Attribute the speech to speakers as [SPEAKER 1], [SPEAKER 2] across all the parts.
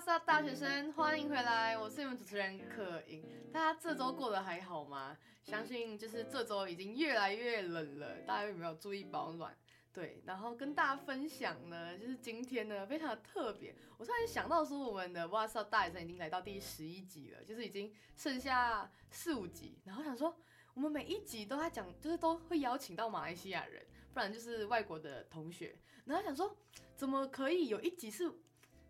[SPEAKER 1] s up 大学生，欢迎回来，我是你们主持人可盈。大家这周过得还好吗？相信就是这周已经越来越冷了，大家有没有注意保暖？对，然后跟大家分享呢，就是今天呢非常的特别，我突然想到说我们的 What's Up 大学生已经来到第十一集了，就是已经剩下四五集，然后想说我们每一集都在讲，就是都会邀请到马来西亚人，不然就是外国的同学，然后想说怎么可以有一集是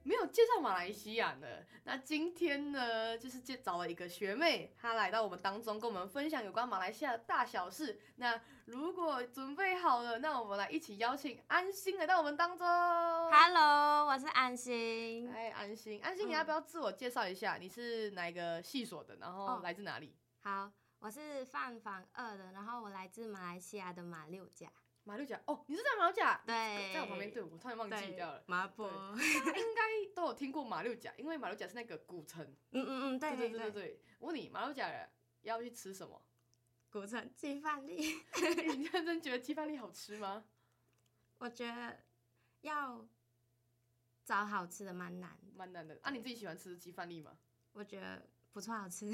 [SPEAKER 1] 没有介绍马来西亚呢？那今天呢，就是介找了一个学妹，她来到我们当中，跟我们分享有关马来西亚的大小事。那如果准备好了，那我们来一起邀请安心来到我们当中。
[SPEAKER 2] Hello，我是安心。
[SPEAKER 1] 哎，安心，安
[SPEAKER 2] 嗯
[SPEAKER 1] 心，你要不要自我介绍一下？你是哪一个系所的？然后
[SPEAKER 2] 哦
[SPEAKER 1] 来自哪里？
[SPEAKER 2] 好，我是范房二的，然后我来自马来西亚的马六甲。
[SPEAKER 1] 马六甲哦，你是在马六甲？
[SPEAKER 2] 对，
[SPEAKER 1] 在我旁边，对我突然忘记掉了。
[SPEAKER 2] 麻坡。
[SPEAKER 1] 对
[SPEAKER 2] 嗯
[SPEAKER 1] 大家 应该都有听过马六甲，因为马六甲是那个古城。
[SPEAKER 2] 嗯嗯，对
[SPEAKER 1] 对
[SPEAKER 2] 对
[SPEAKER 1] 对对。我问你，马六甲人要去吃什么？
[SPEAKER 2] 古城鸡饭粒，
[SPEAKER 1] 你认真觉得鸡饭粒好吃吗？
[SPEAKER 2] 我觉得要找好吃的蛮难的，
[SPEAKER 1] 蛮难的。啊，你自己喜欢吃鸡饭粒吗？
[SPEAKER 2] 我觉得不错，好吃。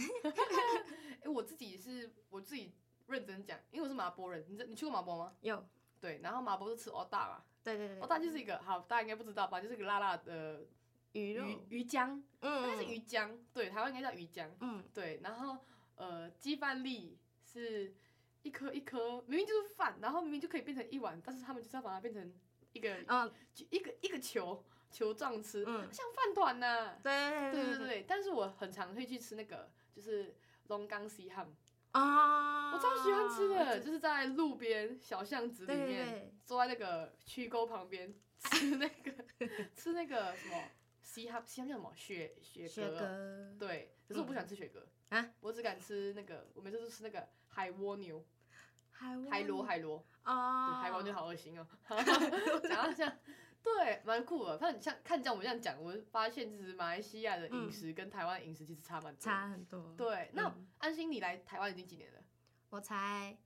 [SPEAKER 1] 哎、我自己是我自己认真讲，因为我是麻波人，你这你去过麻波吗？
[SPEAKER 2] 有，
[SPEAKER 1] 对，然后麻波是吃欧大嘛，
[SPEAKER 2] 对对对
[SPEAKER 1] 欧大哦就是一个好，大家应该不知道吧，就是一个辣辣的
[SPEAKER 2] 鱼
[SPEAKER 1] 鱼
[SPEAKER 2] 肉，
[SPEAKER 1] 鱼浆，
[SPEAKER 2] 嗯
[SPEAKER 1] 它就是鱼浆，对，台湾应该叫鱼浆，
[SPEAKER 2] 嗯，
[SPEAKER 1] 对，然后呃鸡饭粒是一颗一颗，明明就是饭，然后明明就可以变成一碗，但是他们就是要把它变成一个、
[SPEAKER 2] 哦，
[SPEAKER 1] 一个一个球球状吃，
[SPEAKER 2] 嗯
[SPEAKER 1] 像饭团呐、
[SPEAKER 2] 对对
[SPEAKER 1] 对
[SPEAKER 2] 对
[SPEAKER 1] 对对，对，但是我很常会去吃那个，就是龙岗西汉，
[SPEAKER 2] 啊，
[SPEAKER 1] 我超喜欢吃的，
[SPEAKER 2] 对
[SPEAKER 1] 就是在路边小巷子里
[SPEAKER 2] 对
[SPEAKER 1] 面，
[SPEAKER 2] 对，
[SPEAKER 1] 坐在那个区沟旁边吃那个 吃那个什么西汉，西汉叫什么雪雪
[SPEAKER 2] 雪
[SPEAKER 1] 蛤，
[SPEAKER 2] 哥，
[SPEAKER 1] 对，可是我不喜欢吃雪蛤
[SPEAKER 2] 啊，
[SPEAKER 1] 我只敢吃那个，我每次都吃那个海蜗牛、
[SPEAKER 2] 海蜗
[SPEAKER 1] 海螺、海螺，对，
[SPEAKER 2] 嗯哦，
[SPEAKER 1] 海蜗牛好恶心哦， 讲到这样。对，蛮酷的。看像看像我们这样讲，我发现其实马来西亚的饮
[SPEAKER 2] 嗯
[SPEAKER 1] 食跟台湾饮食其实差蛮多的。
[SPEAKER 2] 差很多。
[SPEAKER 1] 对，那、
[SPEAKER 2] 嗯
[SPEAKER 1] 安心，你来台湾已经几年了？
[SPEAKER 2] 我才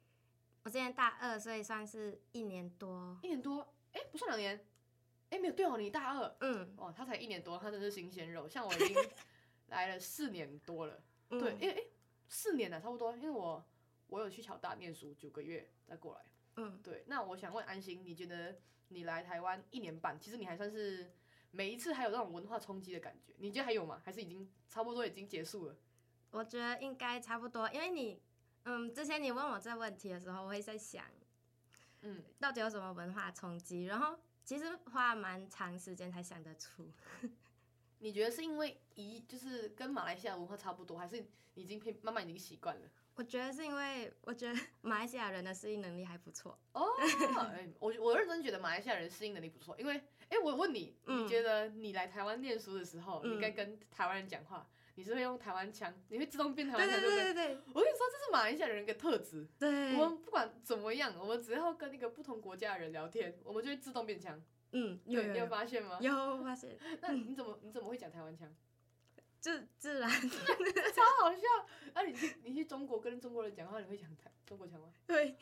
[SPEAKER 2] 我今年大二，所以算是一年多。
[SPEAKER 1] 一年多？哎、不算两年。哎、没有，对哦，你大二
[SPEAKER 2] 嗯，
[SPEAKER 1] 哦，他才一年多，他真是新鲜肉。像我已经 来了四年多了，
[SPEAKER 2] 嗯
[SPEAKER 1] 对，因为哎、四年了，差不多，因为我我有去侨大念书九个月再过来。
[SPEAKER 2] 嗯，
[SPEAKER 1] 对，那我想问安心，你觉得你来台湾一年半，其实你还算是每一次还有那种文化冲击的感觉，你觉得还有吗？还是已经差不多已经结束了？
[SPEAKER 2] 我觉得应该差不多，因为你，嗯，之前你问我这问题的时候，我会在想
[SPEAKER 1] 嗯，
[SPEAKER 2] 到底有什么文化冲击，然后其实花蛮长时间才想得出。
[SPEAKER 1] 你觉得是因为一就是跟马来西亚文化差不多，还是你已经偏慢慢已经习惯了？
[SPEAKER 2] 我觉得是因为我觉得马来西亚人的适应能力还不错。
[SPEAKER 1] 哦，哎我我认真觉得马来西亚人适应能力不错，因为哎，我问你，
[SPEAKER 2] 嗯
[SPEAKER 1] 你觉得你来台湾念书的时候，
[SPEAKER 2] 嗯
[SPEAKER 1] 你该跟台湾人讲话，你是会用台湾腔，你会自动变台湾腔，不
[SPEAKER 2] 对嗯对
[SPEAKER 1] 我跟你说，这是马来西亚人的特质。
[SPEAKER 2] 对
[SPEAKER 1] 我们不管怎么样，我们只要跟那个不同国家的人聊天，我们就会自动变腔。
[SPEAKER 2] 嗯，有
[SPEAKER 1] 对，
[SPEAKER 2] 有
[SPEAKER 1] 你有
[SPEAKER 2] 有
[SPEAKER 1] 发现吗？
[SPEAKER 2] 有嗯我发现，
[SPEAKER 1] 那你怎么你怎么会讲台湾腔？
[SPEAKER 2] 自自然
[SPEAKER 1] 超好笑。那你去你去中国跟中国人讲话，你会讲台中国腔吗？
[SPEAKER 2] 对，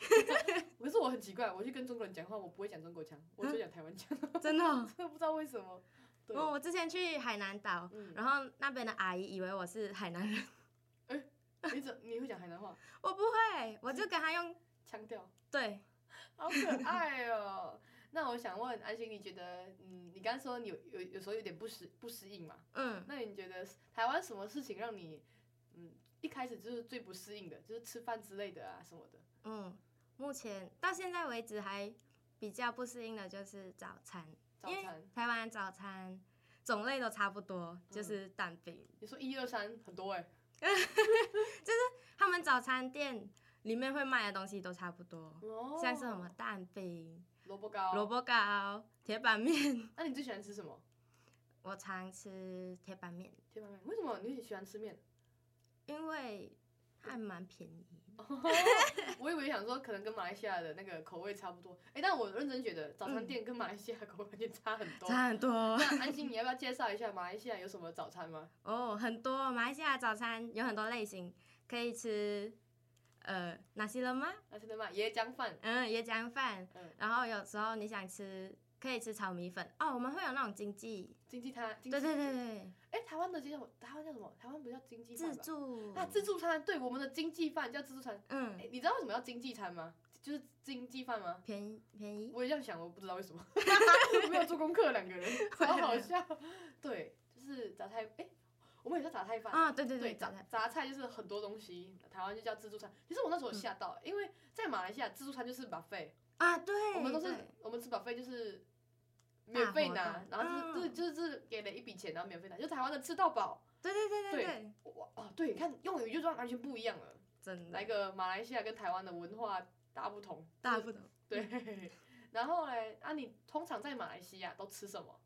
[SPEAKER 1] 可是我很奇怪，我去跟中国人讲话，我不会讲中国腔，我
[SPEAKER 2] 嗯
[SPEAKER 1] 就讲台湾腔，
[SPEAKER 2] 真的哦。
[SPEAKER 1] 真的不知道为什么。对，
[SPEAKER 2] 我我之前去海南岛，
[SPEAKER 1] 嗯，
[SPEAKER 2] 然后那边的阿姨以为我是海南人，
[SPEAKER 1] 你怎你会讲海南话？
[SPEAKER 2] 我不会，我就跟她用
[SPEAKER 1] 腔调，
[SPEAKER 2] 对，
[SPEAKER 1] 好可爱哦。 那我想问安心，你觉得，嗯，你刚刚说你有有有时候有点不适不适应嘛？
[SPEAKER 2] 嗯，
[SPEAKER 1] 那你觉得台湾什么事情让你，嗯，一开始就是最不适应的，就是吃饭之类的啊什么的？
[SPEAKER 2] 嗯，目前到现在为止还比较不适应的就是早餐，
[SPEAKER 1] 早
[SPEAKER 2] 因
[SPEAKER 1] 餐
[SPEAKER 2] 为，台湾早餐种类都差不多，就是蛋饼。
[SPEAKER 1] 你说一二三很多哎、
[SPEAKER 2] 他们早餐店里面会卖的东西都差不多，
[SPEAKER 1] 哦
[SPEAKER 2] 像是什么蛋饼、
[SPEAKER 1] 萝卜糕，
[SPEAKER 2] 萝。卜糕、铁板面。
[SPEAKER 1] 那、你最喜欢吃什么？
[SPEAKER 2] 我常吃铁板面，
[SPEAKER 1] 铁板面？为什么你喜欢吃面？
[SPEAKER 2] 因为还蛮便宜。
[SPEAKER 1] 我以为想说可能跟马来西亚的那个口味差不多，哎、但我认真觉得早餐店跟马来西亚口味完全差很多。
[SPEAKER 2] 差很 多
[SPEAKER 1] 那安心，你要不要介绍一下马来西亚有什么早餐吗？
[SPEAKER 2] 哦，很多马来西亚早餐有很多类型，可以吃呃哪些了吗？
[SPEAKER 1] 那现在卖椰浆饭，
[SPEAKER 2] 嗯，椰浆饭，
[SPEAKER 1] 嗯
[SPEAKER 2] 然后有时候你想吃可以吃炒米粉哦，我们会有那种经济，
[SPEAKER 1] 经济餐，经济
[SPEAKER 2] 对对对对，
[SPEAKER 1] 哎、台湾的叫什么？台湾叫什么？台湾不叫经济
[SPEAKER 2] 自
[SPEAKER 1] 饭吧？
[SPEAKER 2] 助，
[SPEAKER 1] 啊，自助餐，对，我们的经济饭叫自助餐。
[SPEAKER 2] 嗯
[SPEAKER 1] 哎、，你知道为什么叫经济餐吗？就是经济饭吗？
[SPEAKER 2] 便宜便宜，
[SPEAKER 1] 我也这样想，我不知道为什 么，没有做功课，两个人，
[SPEAKER 2] 我
[SPEAKER 1] 超
[SPEAKER 2] 也没有
[SPEAKER 1] 好笑。对，就是杂菜，哎、我们也叫杂菜饭。
[SPEAKER 2] 啊，对对
[SPEAKER 1] 对，
[SPEAKER 2] 对，
[SPEAKER 1] 杂
[SPEAKER 2] 对
[SPEAKER 1] 杂菜就是很多东西，台湾就叫自助餐。其实我那时候有吓
[SPEAKER 2] 嗯
[SPEAKER 1] 到，因为在马来西亚自助餐就是 buffet，
[SPEAKER 2] 啊，对，
[SPEAKER 1] 我们都是
[SPEAKER 2] 对
[SPEAKER 1] 我们吃 buffet 就是免费拿，
[SPEAKER 2] 大
[SPEAKER 1] 然
[SPEAKER 2] 活动
[SPEAKER 1] 后就是、
[SPEAKER 2] 嗯
[SPEAKER 1] 就是就是给了一笔钱，然后免费拿，就台湾的吃到饱。
[SPEAKER 2] 对对对
[SPEAKER 1] 对
[SPEAKER 2] 对对，
[SPEAKER 1] 哇哦，对，你看用语就完全不一样了。
[SPEAKER 2] 真
[SPEAKER 1] 来
[SPEAKER 2] 的
[SPEAKER 1] 个马来西亚跟台湾的文化大不同。
[SPEAKER 2] 大不同，
[SPEAKER 1] 对， 然后嘞，啊，你通常在马来西亚都吃什么？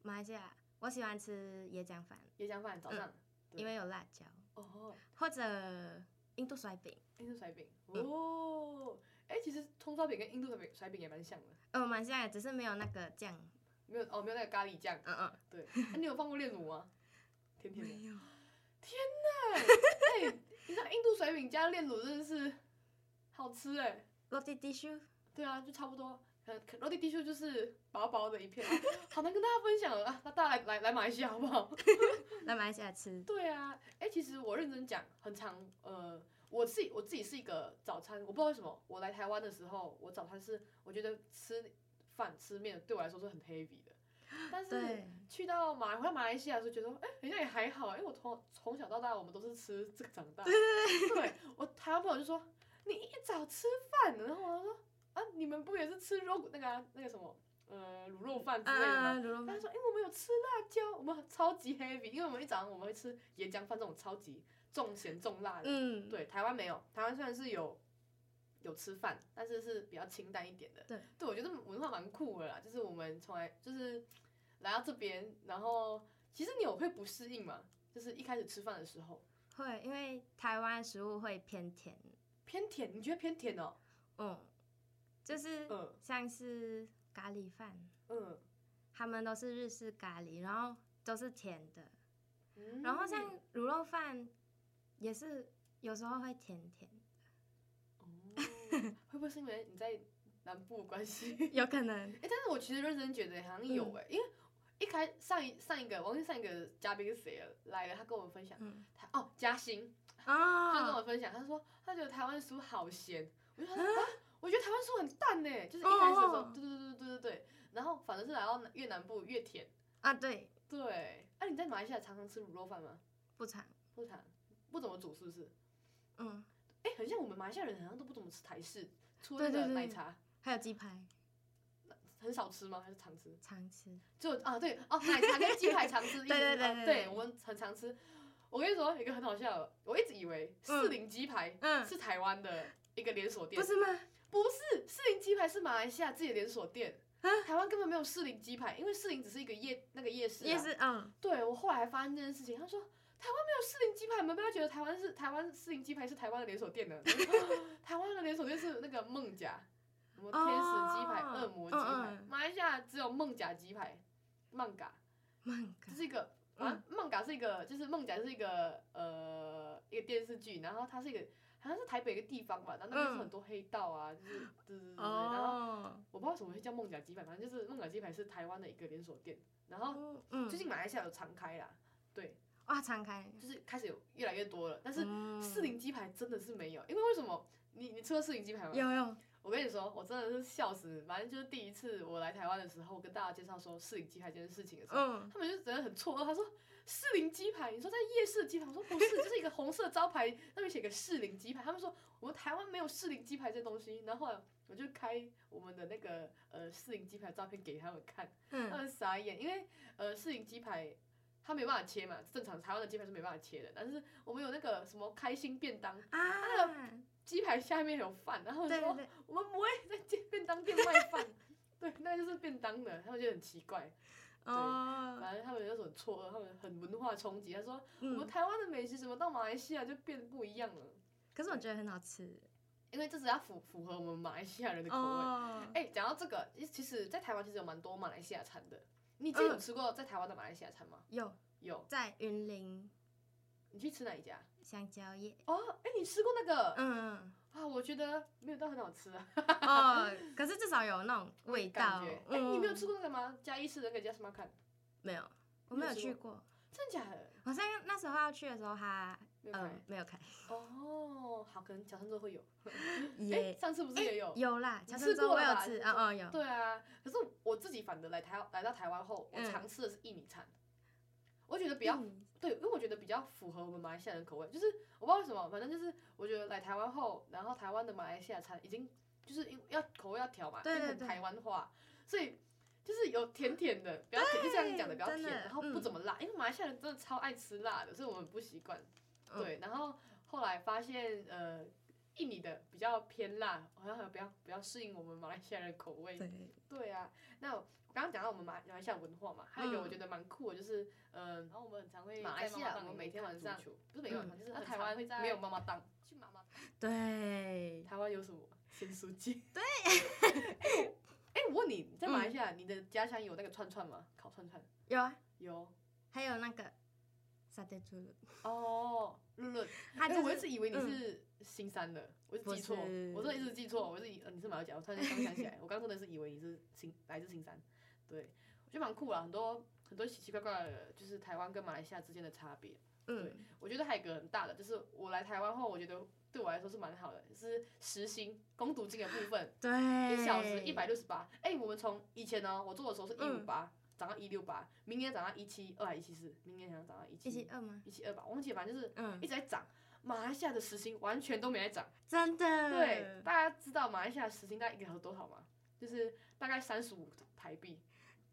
[SPEAKER 2] 马来西亚，我喜欢吃椰浆饭，
[SPEAKER 1] 椰浆饭早上。对
[SPEAKER 2] 因为有辣椒，
[SPEAKER 1] 哦，
[SPEAKER 2] 或者印度甩饼，
[SPEAKER 1] 印度甩饼。哦，哎、其实葱烧饼跟印度甩饼甩饼也蛮像的，
[SPEAKER 2] 呃，马来西亚只是没有那个酱，
[SPEAKER 1] 没有哦，没有那个咖喱 酱。
[SPEAKER 2] 嗯嗯，
[SPEAKER 1] 对，哎、你有放过炼乳吗？甜甜的。
[SPEAKER 2] 有，
[SPEAKER 1] 哎、你知道印度水饼加炼乳真的是好吃哎、
[SPEAKER 2] 落地地书，
[SPEAKER 1] 对啊，就差不多。可可落地地秀就是薄薄的一片，啊好难跟大家分享啊！那大家来来来马来西亚好不好？
[SPEAKER 2] 来马来西亚吃，
[SPEAKER 1] 对啊，哎、其实我认真讲，很常呃，我自己我自己是一个早餐，我不知道为什么我来台湾的时候，我早餐是我觉得吃饭吃面对我来说是很 heavy 的，但是
[SPEAKER 2] 对，
[SPEAKER 1] 去到马回到马来西亚的时候，觉得哎、好像也还好，因为我从从小到大我们都是吃这个长大，对我台湾朋友就说你一早吃饭，然后我就说啊，你们不也是吃肉那个啊、那个什么呃卤肉饭之类的吗？
[SPEAKER 2] 啊，卤肉
[SPEAKER 1] 他
[SPEAKER 2] 饭，
[SPEAKER 1] 说：“哎、我们有吃辣椒，我们超级 heavy，因为我们一早上我们会吃椰浆饭这种超级重咸重辣的。
[SPEAKER 2] 嗯，
[SPEAKER 1] 对，台湾没有，台湾虽然是有有吃饭，但是是比较清淡一点的。
[SPEAKER 2] 对，
[SPEAKER 1] 对我觉得文化蛮酷的啦，就是我们从来就是来到这边，然后其实你有会不适应吗？就是一开始吃饭的时候
[SPEAKER 2] 会，因为台湾食物会偏甜，
[SPEAKER 1] 偏甜，你觉得偏甜哦？
[SPEAKER 2] 嗯，就是
[SPEAKER 1] 嗯
[SPEAKER 2] 像是咖喱饭，
[SPEAKER 1] 嗯，
[SPEAKER 2] 他们都是日式咖喱，然后都是甜的，
[SPEAKER 1] 嗯
[SPEAKER 2] 然后像卤肉饭也是有时候会甜甜，
[SPEAKER 1] 哦会不会是因为你在南部的关系？”
[SPEAKER 2] 有可能
[SPEAKER 1] 哎、但是我其实认真觉得好像有
[SPEAKER 2] 嗯
[SPEAKER 1] 哎、因为一开上一上一个，我忘记上一个嘉宾是谁了，来了，他跟我分享，
[SPEAKER 2] 嗯
[SPEAKER 1] 他哦嘉欣，他跟
[SPEAKER 2] 啊，
[SPEAKER 1] 我分享，他说他觉得台湾书好咸，我就说啊，我觉得台湾书很淡呢、就是一开始的时候，
[SPEAKER 2] 哦
[SPEAKER 1] 对对对对对对，然后反正是来到越南部越甜，
[SPEAKER 2] 啊对，
[SPEAKER 1] 对，哎、你在马来西亚常常吃卤肉饭吗？
[SPEAKER 2] 不长，
[SPEAKER 1] 不常，不怎么煮是不是？
[SPEAKER 2] 嗯，
[SPEAKER 1] 哎、很像我们马来西亚人好像都不怎么吃台式，除了
[SPEAKER 2] 对
[SPEAKER 1] 那个
[SPEAKER 2] 对对
[SPEAKER 1] 奶茶
[SPEAKER 2] 还有鸡排
[SPEAKER 1] 很少吃吗？还是常吃？
[SPEAKER 2] 常吃，
[SPEAKER 1] 就啊对哦，奶茶跟鸡排常 吃，一直
[SPEAKER 2] 对对对
[SPEAKER 1] 啊
[SPEAKER 2] 对
[SPEAKER 1] 对，
[SPEAKER 2] 对
[SPEAKER 1] 我们很常吃。我跟你说，有一个很好笑的，我一直以为
[SPEAKER 2] 嗯
[SPEAKER 1] 四零鸡排
[SPEAKER 2] 嗯，
[SPEAKER 1] 是台湾的一个连锁店，
[SPEAKER 2] 不是吗？
[SPEAKER 1] 不是四零鸡排是马来西亚自己的连锁店
[SPEAKER 2] 啊，
[SPEAKER 1] 台湾根本没有四零鸡排，因为四零只是一个夜那个夜市、啊。
[SPEAKER 2] 也是，嗯，
[SPEAKER 1] 对我后来还发现这件事情，他说台湾没有四零鸡排，你们不要觉得台湾是 台湾四零鸡排是台湾的连锁店呢， 台湾的连锁店是那个孟甲，什么天使鸡排、
[SPEAKER 2] 哦
[SPEAKER 1] 恶魔鸡排
[SPEAKER 2] 嗯，嗯
[SPEAKER 1] 马来西亚只有孟甲鸡排，孟甲。
[SPEAKER 2] 曼
[SPEAKER 1] 这
[SPEAKER 2] 嘎，
[SPEAKER 1] 是一个
[SPEAKER 2] 嗯
[SPEAKER 1] 啊，梦嘎是一个，就是梦甲是一个呃一个电视剧，然后它是一个好像是台北一个地方吧，然后那边是
[SPEAKER 2] 嗯
[SPEAKER 1] 很多黑道啊， 就是对对对对，然后
[SPEAKER 2] 哦，
[SPEAKER 1] 我不知道为什么会叫梦甲鸡排，反正就是梦甲鸡排是台湾的一个连锁店，然后
[SPEAKER 2] 嗯，
[SPEAKER 1] 最近马来西亚有常开啦，对，
[SPEAKER 2] 哇，常开，
[SPEAKER 1] 就是开始有越来越多了，但是
[SPEAKER 2] 嗯
[SPEAKER 1] 四零鸡排真的是没有，因为为什么？你你吃过四零鸡排吗？
[SPEAKER 2] 有有，
[SPEAKER 1] 我跟你说，我真的是笑死，反正就是第一次我来台湾的时候，我跟大家介绍说四零鸡排这件事情的时候，
[SPEAKER 2] 嗯，
[SPEAKER 1] 他们就真的很错愕，他说士林鸡排，你说在夜市鸡排，我说不 是，就是一个红色招牌，上面写个士林鸡排。他们说我们台湾没有士林鸡排这东西，然后后来我就开我们的那个呃士林鸡排照片给他们看，他
[SPEAKER 2] 嗯，
[SPEAKER 1] 们傻眼，因为呃士林鸡排。它没办法切嘛，正常台湾的鸡排是没办法切的。但是我们有那个什么开心便当，
[SPEAKER 2] 啊，
[SPEAKER 1] 鸡排下面有饭，然后我就
[SPEAKER 2] 对
[SPEAKER 1] 说
[SPEAKER 2] 对对，
[SPEAKER 1] 我们不会在街便当店卖 饭，对，那个就是便当的，他们就很奇怪。
[SPEAKER 2] 哦，
[SPEAKER 1] 反正他们有种错愕，他们很文化冲击。他说、我们
[SPEAKER 2] 嗯，
[SPEAKER 1] 台湾的美食怎么到马来西亚就变得不一样了？
[SPEAKER 2] 可是我觉得很好吃，
[SPEAKER 1] 因为这只要符符合我们马来西亚人的口味。
[SPEAKER 2] 哦，
[SPEAKER 1] 哎、讲、到这个，其其实，在台湾其实有蛮多马来西亚餐的。你
[SPEAKER 2] 嗯
[SPEAKER 1] 自己有吃过在台湾的马来西亚餐吗？
[SPEAKER 2] 有
[SPEAKER 1] 有，
[SPEAKER 2] 在云林
[SPEAKER 1] 你去吃哪一家？
[SPEAKER 2] 香蕉叶，
[SPEAKER 1] 哦，哎、你吃过那个、
[SPEAKER 2] 嗯，
[SPEAKER 1] 啊？我觉得没有到很好吃啊。
[SPEAKER 2] 哦，可是至少少有那种味道
[SPEAKER 1] 感觉。。哎、
[SPEAKER 2] 嗯
[SPEAKER 1] 你没有吃过那个吗？嘉义市的那个叫什么看？
[SPEAKER 2] 没有，我
[SPEAKER 1] 没
[SPEAKER 2] 没
[SPEAKER 1] 有
[SPEAKER 2] 有
[SPEAKER 1] 吃
[SPEAKER 2] 去过。
[SPEAKER 1] 真假的？
[SPEAKER 2] 好像那时候要去的时候，他
[SPEAKER 1] 没有看、
[SPEAKER 2] 呃没 有开。
[SPEAKER 1] 哦，好，可能脚上都会有。哎、
[SPEAKER 2] 耶，
[SPEAKER 1] 上次不是也有？
[SPEAKER 2] 有啦，
[SPEAKER 1] 你
[SPEAKER 2] 乔
[SPEAKER 1] 吃
[SPEAKER 2] 治州
[SPEAKER 1] 过
[SPEAKER 2] 我
[SPEAKER 1] 了
[SPEAKER 2] 有
[SPEAKER 1] 吧
[SPEAKER 2] 吃，
[SPEAKER 1] 乔
[SPEAKER 2] 嗯
[SPEAKER 1] 治
[SPEAKER 2] 嗯有。
[SPEAKER 1] 对啊，可是我自己反的来台来到台湾后，我
[SPEAKER 2] 嗯
[SPEAKER 1] 尝试的是薏米产，我觉得比较
[SPEAKER 2] 嗯
[SPEAKER 1] 对，因为我觉得比较符合我们马来西亚人口味，就是我不知道为什么，反正就是我觉得来台湾后，然后台湾的马来西亚餐已经就是因要口味要调嘛，
[SPEAKER 2] 对
[SPEAKER 1] 变
[SPEAKER 2] 对
[SPEAKER 1] 成
[SPEAKER 2] 对
[SPEAKER 1] 台湾化，所以就是有甜甜的，比较甜，就像你讲的比较
[SPEAKER 2] 真
[SPEAKER 1] 甜，
[SPEAKER 2] 的
[SPEAKER 1] 然后不
[SPEAKER 2] 嗯
[SPEAKER 1] 怎么辣，因为马来西亚人真的超爱吃辣的，所以我们不习惯。
[SPEAKER 2] 嗯
[SPEAKER 1] 对，然后后来发现呃。印尼的比较偏辣，好像比较比较适应我们马来西亚人的口味。
[SPEAKER 2] 对，
[SPEAKER 1] 对啊，那我刚刚讲到我们马马来西亚文化嘛，还有一个
[SPEAKER 2] 嗯
[SPEAKER 1] 我觉得蛮酷的，就是嗯、呃
[SPEAKER 3] 然后我们很常会
[SPEAKER 1] 马来西亚我们每天晚上不是每个晚上，
[SPEAKER 2] 嗯
[SPEAKER 1] 就是
[SPEAKER 3] 那
[SPEAKER 1] 很
[SPEAKER 3] 台
[SPEAKER 1] 常
[SPEAKER 3] 湾
[SPEAKER 1] 会
[SPEAKER 3] 在
[SPEAKER 1] 没有妈妈档。
[SPEAKER 3] 去妈妈
[SPEAKER 2] 对，
[SPEAKER 1] 台湾有 什么咸酥鸡？对。 哎、我问你，你在马
[SPEAKER 3] 嗯
[SPEAKER 1] 来西亚，你的家乡有那个串串吗？烤串串
[SPEAKER 2] 有啊，
[SPEAKER 1] 有
[SPEAKER 2] 还有那个沙爹猪肉，
[SPEAKER 1] 哦，润润。
[SPEAKER 2] 它
[SPEAKER 1] 哎
[SPEAKER 2] 就
[SPEAKER 1] 我一
[SPEAKER 2] 是
[SPEAKER 1] 直以为你是新山的，我是记错，
[SPEAKER 2] 不是
[SPEAKER 1] 我真的一直记错，我是以、呃、你是马六甲，我突然间刚想起来，我刚真的是以为你是新来自新山，对我觉得蛮酷啊啦，很多很多奇奇怪怪的，就是台湾跟马来西亚之间的差别。
[SPEAKER 2] 嗯
[SPEAKER 1] 我觉得还有一个很大的，就是我来台湾后，我觉得对我来说是蛮好的，就是时薪工读金的部分，
[SPEAKER 2] 对，
[SPEAKER 1] 一小时一百六十八。哎，我们从以前呢、我做的时候是一五八，涨到一六八，明年涨到一七二还一七四，明年想涨到一
[SPEAKER 2] 一起
[SPEAKER 1] 七
[SPEAKER 2] 饿吗？
[SPEAKER 1] 一七二吧，我忘记了，反正就是
[SPEAKER 2] 嗯
[SPEAKER 1] 一，直在涨。马来西亚的时薪完全都没在涨，
[SPEAKER 2] 真的，
[SPEAKER 1] 对，大家知道马来西亚的时薪大概一个小时多少吗？就是大概三十五台币，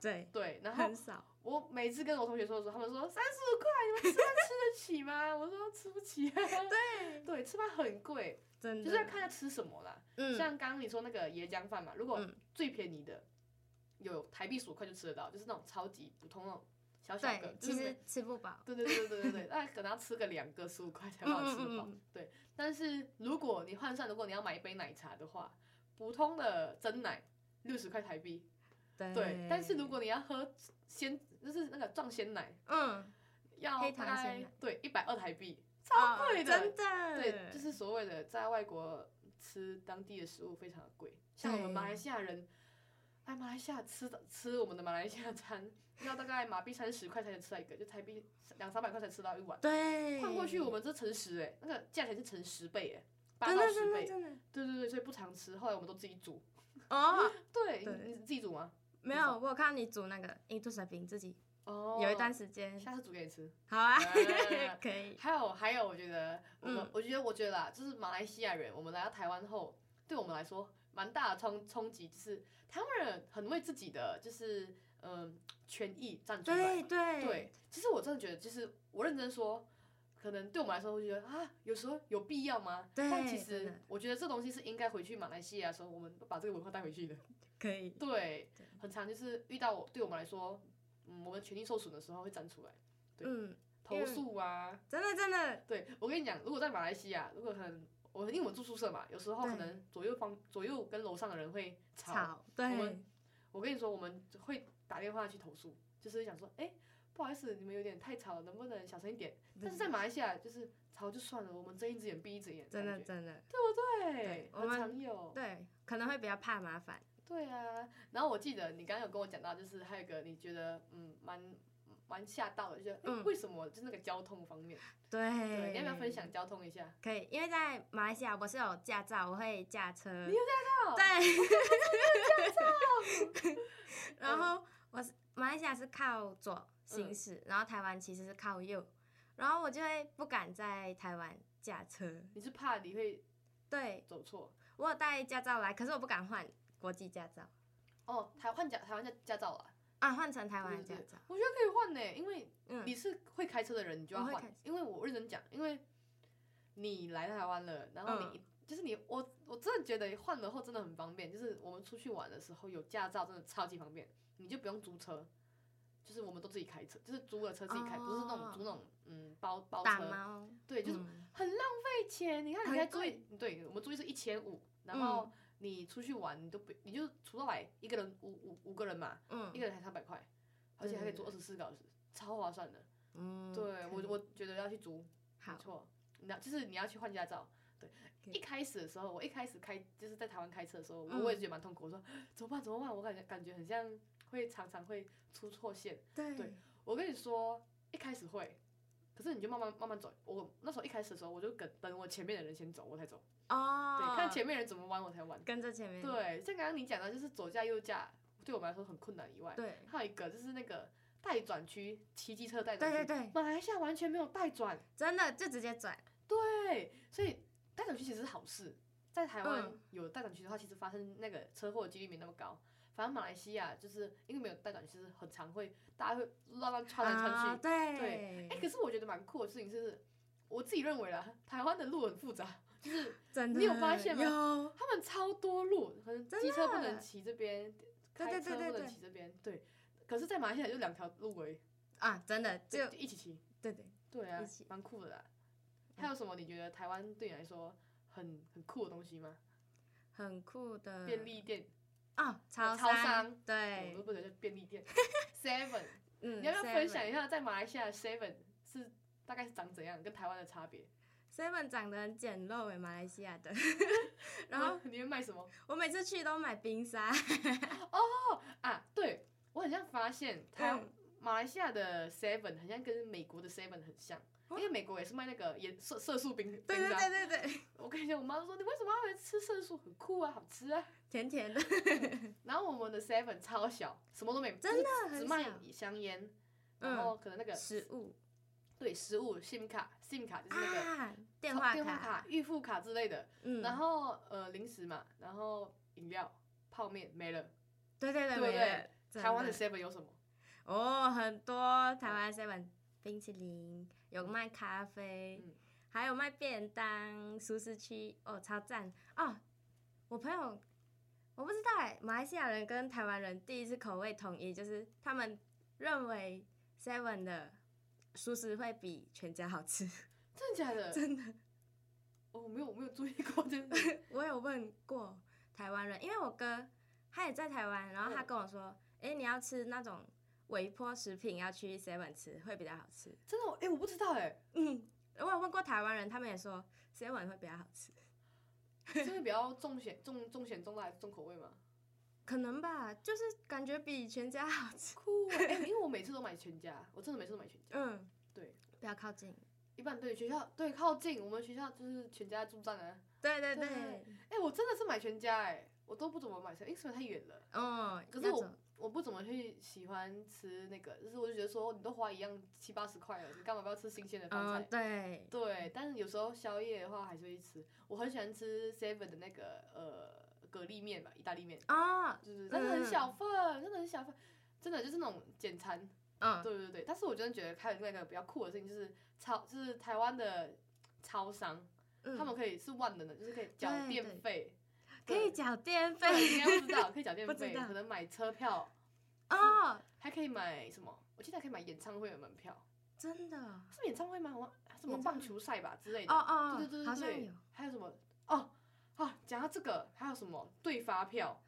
[SPEAKER 2] 对，
[SPEAKER 1] 对，然后
[SPEAKER 2] 很少，
[SPEAKER 1] 我每次跟我同学说的时候，他们说三十五块，你们吃饭吃得起吗？ 我说吃不起、对对，吃饭很贵，
[SPEAKER 2] 真的，
[SPEAKER 1] 就是要看要吃什么啦。
[SPEAKER 2] 嗯，
[SPEAKER 1] 像刚刚你说那个椰浆饭嘛，如果
[SPEAKER 2] 嗯
[SPEAKER 1] 最便宜的有台币十五块就吃得到，就是那种超级普通那种小小个
[SPEAKER 2] 对，，
[SPEAKER 1] 就
[SPEAKER 2] 其
[SPEAKER 1] 是没
[SPEAKER 2] 实吃不饱，
[SPEAKER 1] 对对对对对对，那可能要吃个两个十五块才把它吃得饱。
[SPEAKER 2] 嗯嗯嗯嗯
[SPEAKER 1] 对，但是如果你换算，如果你要买一杯奶茶的话，普通的真奶六十块台币，
[SPEAKER 2] 对
[SPEAKER 1] 对。但是如果你要喝鲜，就是那个撞鲜奶，
[SPEAKER 2] 嗯，
[SPEAKER 1] 要
[SPEAKER 2] 黑糖
[SPEAKER 1] 大概
[SPEAKER 2] 鲜奶嗯
[SPEAKER 1] 对一百二台币，
[SPEAKER 2] 超
[SPEAKER 1] 贵的
[SPEAKER 2] 哦真的，
[SPEAKER 1] 对，就是所谓的在外国吃当地的食物非常的贵，像我们马来西亚人，哎，马来西亚吃的吃我们的马来西亚餐，要大概马币三十块才能吃到一个，就台币两三百块才吃到一碗，
[SPEAKER 2] 对，
[SPEAKER 1] 换过去我们这乘十哎，那个价钱是乘十倍哎，八
[SPEAKER 2] 真
[SPEAKER 1] 到
[SPEAKER 2] 的
[SPEAKER 1] 十
[SPEAKER 2] 真的
[SPEAKER 1] 倍，
[SPEAKER 2] 真的
[SPEAKER 1] 对对对，所以不常吃，后来我们都自己煮，
[SPEAKER 2] 哦，
[SPEAKER 1] 对，
[SPEAKER 2] 对
[SPEAKER 1] 你你自己煮吗？
[SPEAKER 2] 没有，我有看你煮那个印度水饼，自己
[SPEAKER 1] 哦，
[SPEAKER 2] 有一段，时间，
[SPEAKER 1] 下次煮给你吃。
[SPEAKER 2] 好啊
[SPEAKER 1] 哎，
[SPEAKER 2] 可以，
[SPEAKER 1] 还有还有，我觉得我们、
[SPEAKER 2] 嗯
[SPEAKER 1] 我觉得我觉得啦，就是马来西亚人，我们来到台湾后，对我们来说蛮大的冲冲击，就是台湾人很为自己的就是嗯、权益站出来
[SPEAKER 2] 对。对
[SPEAKER 1] 对，其实我真的觉得，就是我认真说，可能对我们来说会觉得啊，有时候有必要吗？
[SPEAKER 2] 对
[SPEAKER 1] 但其
[SPEAKER 2] 真
[SPEAKER 1] 实
[SPEAKER 2] 的
[SPEAKER 1] 我觉得这东西是应该回去马来西亚的时候，我们把这个文化带回 去的。
[SPEAKER 2] 可以，
[SPEAKER 1] 对
[SPEAKER 2] 对，
[SPEAKER 1] 很常就是遇到我对我们来说，嗯，我们权益受损的时候会站出来对
[SPEAKER 2] 嗯，因
[SPEAKER 1] 投
[SPEAKER 2] 为
[SPEAKER 1] 诉啊，
[SPEAKER 2] 真的真的，
[SPEAKER 1] 对，我跟你讲，如果在马来西亚，如果可能，我因为我住宿舍嘛，有时候可
[SPEAKER 2] 对
[SPEAKER 1] 能左右方左右跟楼上的人会吵。
[SPEAKER 2] 吵，
[SPEAKER 1] 我
[SPEAKER 2] 对
[SPEAKER 1] 们，我跟你说，我们会打电话去投诉，就是想说，哎、不好意思，你们有点太吵了，能不能小声一点？但是在马来西亚，就是吵就算了，我们睁一只眼闭一只眼，
[SPEAKER 2] 真的
[SPEAKER 1] 感觉
[SPEAKER 2] 真的，
[SPEAKER 1] 对，
[SPEAKER 2] 对我
[SPEAKER 1] 很
[SPEAKER 2] 们
[SPEAKER 1] 常有。
[SPEAKER 2] 对，可能会比较怕麻烦，
[SPEAKER 1] 对啊，然后我记得你刚刚有跟我讲到，就是还有一个你觉得嗯蛮蛮吓到的，就觉得、诶
[SPEAKER 2] 嗯
[SPEAKER 1] 为什么就是那个交通方面，对，
[SPEAKER 2] 对，
[SPEAKER 1] 你要不要分享？交通一下？
[SPEAKER 2] 可以，因为在马来西亚我是有驾照，我会驾车。
[SPEAKER 1] 你有驾照
[SPEAKER 2] 对。 然后我是马来西亚是靠左行驶，
[SPEAKER 1] 嗯
[SPEAKER 2] 然后台湾其实是靠右，然后我就会不敢在台湾驾车。
[SPEAKER 1] 你是怕你会
[SPEAKER 2] 对
[SPEAKER 1] 走错？
[SPEAKER 2] 我有带驾照来，可是我不敢换国际驾照
[SPEAKER 1] 哦，台换驾台湾驾驾照啦，
[SPEAKER 2] 啊，换成台湾的
[SPEAKER 1] 对
[SPEAKER 2] 驾
[SPEAKER 1] 对对
[SPEAKER 2] 照。
[SPEAKER 1] 我觉得可以换呢、因为
[SPEAKER 2] 嗯
[SPEAKER 1] 你是会开车的人，你就要
[SPEAKER 2] 我会开
[SPEAKER 1] 换
[SPEAKER 2] 车。
[SPEAKER 1] 因为我认真讲，因为你来台湾了，然后
[SPEAKER 2] 嗯
[SPEAKER 1] 你、就是你，我我真的觉得换了后真的很方便。就是我们出去玩的时候有驾照，真的超级方便，你就不用租车，就是我们都自己开车，就是租了车自己开，不是那种
[SPEAKER 2] 哦
[SPEAKER 1] 租那种嗯包包
[SPEAKER 2] 打
[SPEAKER 1] 车，
[SPEAKER 2] 猫，
[SPEAKER 1] 对，就是
[SPEAKER 2] 嗯
[SPEAKER 1] 很浪费钱。你看你
[SPEAKER 2] 很嗯
[SPEAKER 1] 在租一，对我们租一是一千五，然后你出去玩你都不，你就除到来一个人五五五个人嘛，一
[SPEAKER 2] 嗯
[SPEAKER 1] 个人才三百块，而且还可以
[SPEAKER 2] 对
[SPEAKER 1] 租二十四个小时，超划算的。
[SPEAKER 2] 嗯
[SPEAKER 1] 对我
[SPEAKER 2] 可以
[SPEAKER 1] 我觉得要去租，没
[SPEAKER 2] 好
[SPEAKER 1] 错，你要就是你要去换驾照，对
[SPEAKER 2] OK
[SPEAKER 1] 一开始的时候，我一开始开就是在台湾开车的时候，
[SPEAKER 2] 嗯
[SPEAKER 1] 我也觉得蛮痛苦。我说怎么办？怎么办？我感觉感觉很像会常常会出错线。
[SPEAKER 2] 对
[SPEAKER 1] 对我跟你说，一开始会，可是你就慢慢慢慢走。我那时候一开始的时候，我就等等我前面的人先走，我才走。
[SPEAKER 2] 哦，
[SPEAKER 1] 对，看前面人怎么玩，我才玩。
[SPEAKER 2] 跟着前面，
[SPEAKER 1] 对，像刚刚你讲的，就是左驾右驾，对我们来说很困难以外，
[SPEAKER 2] 对
[SPEAKER 1] 还有一个就是那个带转区，骑机车带转
[SPEAKER 2] 对
[SPEAKER 1] 区，
[SPEAKER 2] 对对，
[SPEAKER 1] 马来西亚完全没有带转，
[SPEAKER 2] 真的就直接转，
[SPEAKER 1] 对，所以带转区其实是好事，在台湾
[SPEAKER 2] 嗯
[SPEAKER 1] 有带转区的话，其实发生那个车祸的几率没那么高。反正马来西亚就是因为没有带转，其实很常会大家会乱乱穿来
[SPEAKER 2] 啊
[SPEAKER 1] 穿去。
[SPEAKER 2] 对
[SPEAKER 1] 对哎、可是我觉得蛮酷的事情是，我自己认为啦，台湾的路很复杂，
[SPEAKER 2] 真的，
[SPEAKER 1] 你有发现吗
[SPEAKER 2] 有，
[SPEAKER 1] 他们超多路，可能
[SPEAKER 2] 真
[SPEAKER 1] 机车不
[SPEAKER 2] 的
[SPEAKER 1] 能骑这边，
[SPEAKER 2] 对
[SPEAKER 1] 开
[SPEAKER 2] 对
[SPEAKER 1] 车
[SPEAKER 2] 对对
[SPEAKER 1] 不能
[SPEAKER 2] 对
[SPEAKER 1] 骑这边，对。可是，在马来西亚就两条路而已，
[SPEAKER 2] 啊，真的就
[SPEAKER 1] 就一起骑。
[SPEAKER 2] 对对，
[SPEAKER 1] 对啊
[SPEAKER 2] 一起，嗯
[SPEAKER 1] 蛮酷的啦。还有什么你觉得台湾对你来说很很酷的东西吗？
[SPEAKER 2] 很酷的
[SPEAKER 1] 便利店，
[SPEAKER 2] 啊，超
[SPEAKER 1] 超商我
[SPEAKER 2] 对
[SPEAKER 1] 都，不能叫便利店 ，Seven。
[SPEAKER 2] 嗯，
[SPEAKER 1] 你要不要分享
[SPEAKER 2] Seven
[SPEAKER 1] 一下在马来西亚 Seven 是大概是长怎样，跟台湾的差别？
[SPEAKER 2] ？Seven 长得很简陋诶，马来 西亚的，然后
[SPEAKER 1] 你会卖什么？
[SPEAKER 2] 我每次去都买冰沙，
[SPEAKER 1] 啊，对我很像发现台
[SPEAKER 2] 嗯
[SPEAKER 1] 马来西亚的 Seven 很像跟美国的 Seven 很像，因为美国也是卖那个颜色色素冰
[SPEAKER 2] 啊对
[SPEAKER 1] 冰
[SPEAKER 2] 对
[SPEAKER 1] 沙。
[SPEAKER 2] 对对对，
[SPEAKER 1] 我跟你讲，我妈都说你为什么要来吃色素？很酷啊，好吃啊。
[SPEAKER 2] 甜 甜的，
[SPEAKER 1] 然后我们的 Seven 超小，什么都没，
[SPEAKER 2] 真的
[SPEAKER 1] 就是只
[SPEAKER 2] 很
[SPEAKER 1] 卖
[SPEAKER 2] 小
[SPEAKER 1] 香烟，
[SPEAKER 2] 嗯
[SPEAKER 1] 然后可能那个
[SPEAKER 2] 食物
[SPEAKER 1] 对食物、信卡、信卡就是那个。
[SPEAKER 2] 啊，电话
[SPEAKER 1] 电话，卡、预付卡之类的，
[SPEAKER 2] 嗯，
[SPEAKER 1] 然后呃零食嘛，然后饮料、泡面没了。
[SPEAKER 2] 对对
[SPEAKER 1] 对
[SPEAKER 2] 对
[SPEAKER 1] 不对
[SPEAKER 2] 没了真
[SPEAKER 1] 台湾的
[SPEAKER 2] 的
[SPEAKER 1] seven 有什么？
[SPEAKER 2] 哦，很多台湾 seven 冰淇淋，有卖咖啡，
[SPEAKER 1] 嗯
[SPEAKER 2] 还有卖便当、熟食区，哦，超赞哦！我朋友我不知道哎，马来西亚人跟台湾人第一次口味统一，就是他们认为 seven 的熟食会比全家 好吃，
[SPEAKER 1] 真的假的？
[SPEAKER 2] 真的，
[SPEAKER 1] 哦，我没有我没有注意过，真 的。
[SPEAKER 2] 我有问过台湾人，因为我哥他也在台湾，然后他
[SPEAKER 1] 嗯
[SPEAKER 2] 跟我说，哎、你要吃那种微波食品，要去 seven 吃会比较好吃。
[SPEAKER 1] 真的，哎、我不知道 哎、
[SPEAKER 2] 嗯，我有问过台湾人，他们也说 seven 会比较好吃，
[SPEAKER 1] 真的比较重咸重重咸重辣还是重口味吗？
[SPEAKER 2] 可能吧，就是感觉比全家好 吃。
[SPEAKER 1] 酷哎、因为我每次都买全家，我真的每次都买全家。
[SPEAKER 2] 嗯，
[SPEAKER 1] 对，
[SPEAKER 2] 比较靠近。
[SPEAKER 1] 一般对学校对靠近我们学校就是全家住站啊。
[SPEAKER 2] 对对
[SPEAKER 1] 对
[SPEAKER 2] 对，
[SPEAKER 1] 哎、我真的是买全家哎、我都不怎么买全，因为实在太远了。
[SPEAKER 2] 嗯，
[SPEAKER 1] 可是
[SPEAKER 2] 那
[SPEAKER 1] 我
[SPEAKER 2] 种
[SPEAKER 1] 我不怎么去喜欢吃那个，就是我就觉得说你都花一样七八十块了，你干嘛不要吃新鲜的饭菜？
[SPEAKER 2] 嗯对，
[SPEAKER 1] 对，但是有时候宵夜的话还是会吃。我很喜欢吃 Seven 的那个呃蛤蜊面吧，意大利面，
[SPEAKER 2] 哦，
[SPEAKER 1] 就是真的很小份，真的很小份，真的就是那种简餐。
[SPEAKER 2] 嗯，
[SPEAKER 1] 对对对，但是我真的觉得还有另外一个比较酷的事情，就是超就是台湾的超商，
[SPEAKER 2] 嗯
[SPEAKER 1] 他们可以是万能的，就是可以缴
[SPEAKER 2] 对
[SPEAKER 1] 电费。
[SPEAKER 2] 可以缴电
[SPEAKER 1] 对，
[SPEAKER 2] 费
[SPEAKER 1] 应该不知道，可以缴电
[SPEAKER 2] 不知
[SPEAKER 1] 费，
[SPEAKER 2] 道
[SPEAKER 1] 可能买车票，
[SPEAKER 2] 哦，
[SPEAKER 1] 还可以买什么？我记得还可以买演唱会的门票，
[SPEAKER 2] 真的，
[SPEAKER 1] 是演唱会吗？我什么
[SPEAKER 2] 演唱
[SPEAKER 1] 棒
[SPEAKER 2] 会
[SPEAKER 1] 球赛吧之类的。
[SPEAKER 2] 哦哦，
[SPEAKER 1] 对对对对
[SPEAKER 2] 好像
[SPEAKER 1] 对
[SPEAKER 2] 有。
[SPEAKER 1] 还有什么？哦，啊，讲到这个，还有什么对发票？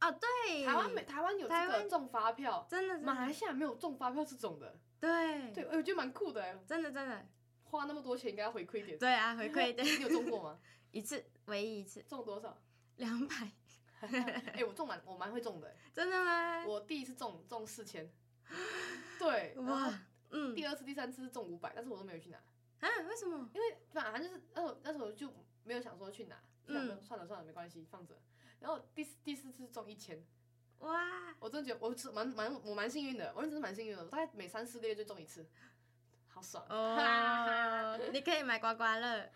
[SPEAKER 2] 哦，对，
[SPEAKER 1] 台湾没台湾有这
[SPEAKER 2] 台
[SPEAKER 1] 个
[SPEAKER 2] 湾
[SPEAKER 1] 中发票，
[SPEAKER 2] 真的真
[SPEAKER 1] 马来
[SPEAKER 2] 的
[SPEAKER 1] 西亚没有中发票这种的。
[SPEAKER 2] 对
[SPEAKER 1] 对，，哎我觉得蛮酷的哎，
[SPEAKER 2] 真的真的
[SPEAKER 1] 花那么多钱应该要回馈一点。
[SPEAKER 2] 对啊，回馈的
[SPEAKER 1] 你有中过吗？
[SPEAKER 2] 一次，唯一一次
[SPEAKER 1] 中多 少？
[SPEAKER 2] 两百，
[SPEAKER 1] 哎，我中蛮我蛮会中的哎，
[SPEAKER 2] 真的吗？
[SPEAKER 1] 我第一次中中四千，对，然后
[SPEAKER 2] 哇，嗯，
[SPEAKER 1] 第二次、第三次是中五百，但是我都没有去拿，
[SPEAKER 2] 啊，为什么？
[SPEAKER 1] 因为反正就是那时候那时候就没有想说去拿，就想说
[SPEAKER 2] 嗯
[SPEAKER 1] 算了算了，没关系，放着。然后第四第四次中一千，
[SPEAKER 2] 哇，
[SPEAKER 1] 我真的觉得我是蛮蛮我蛮幸运的，我真的是蛮幸运的，我大概每三四个月就中一次，呃好爽！
[SPEAKER 2] 哦，你可以买刮刮乐，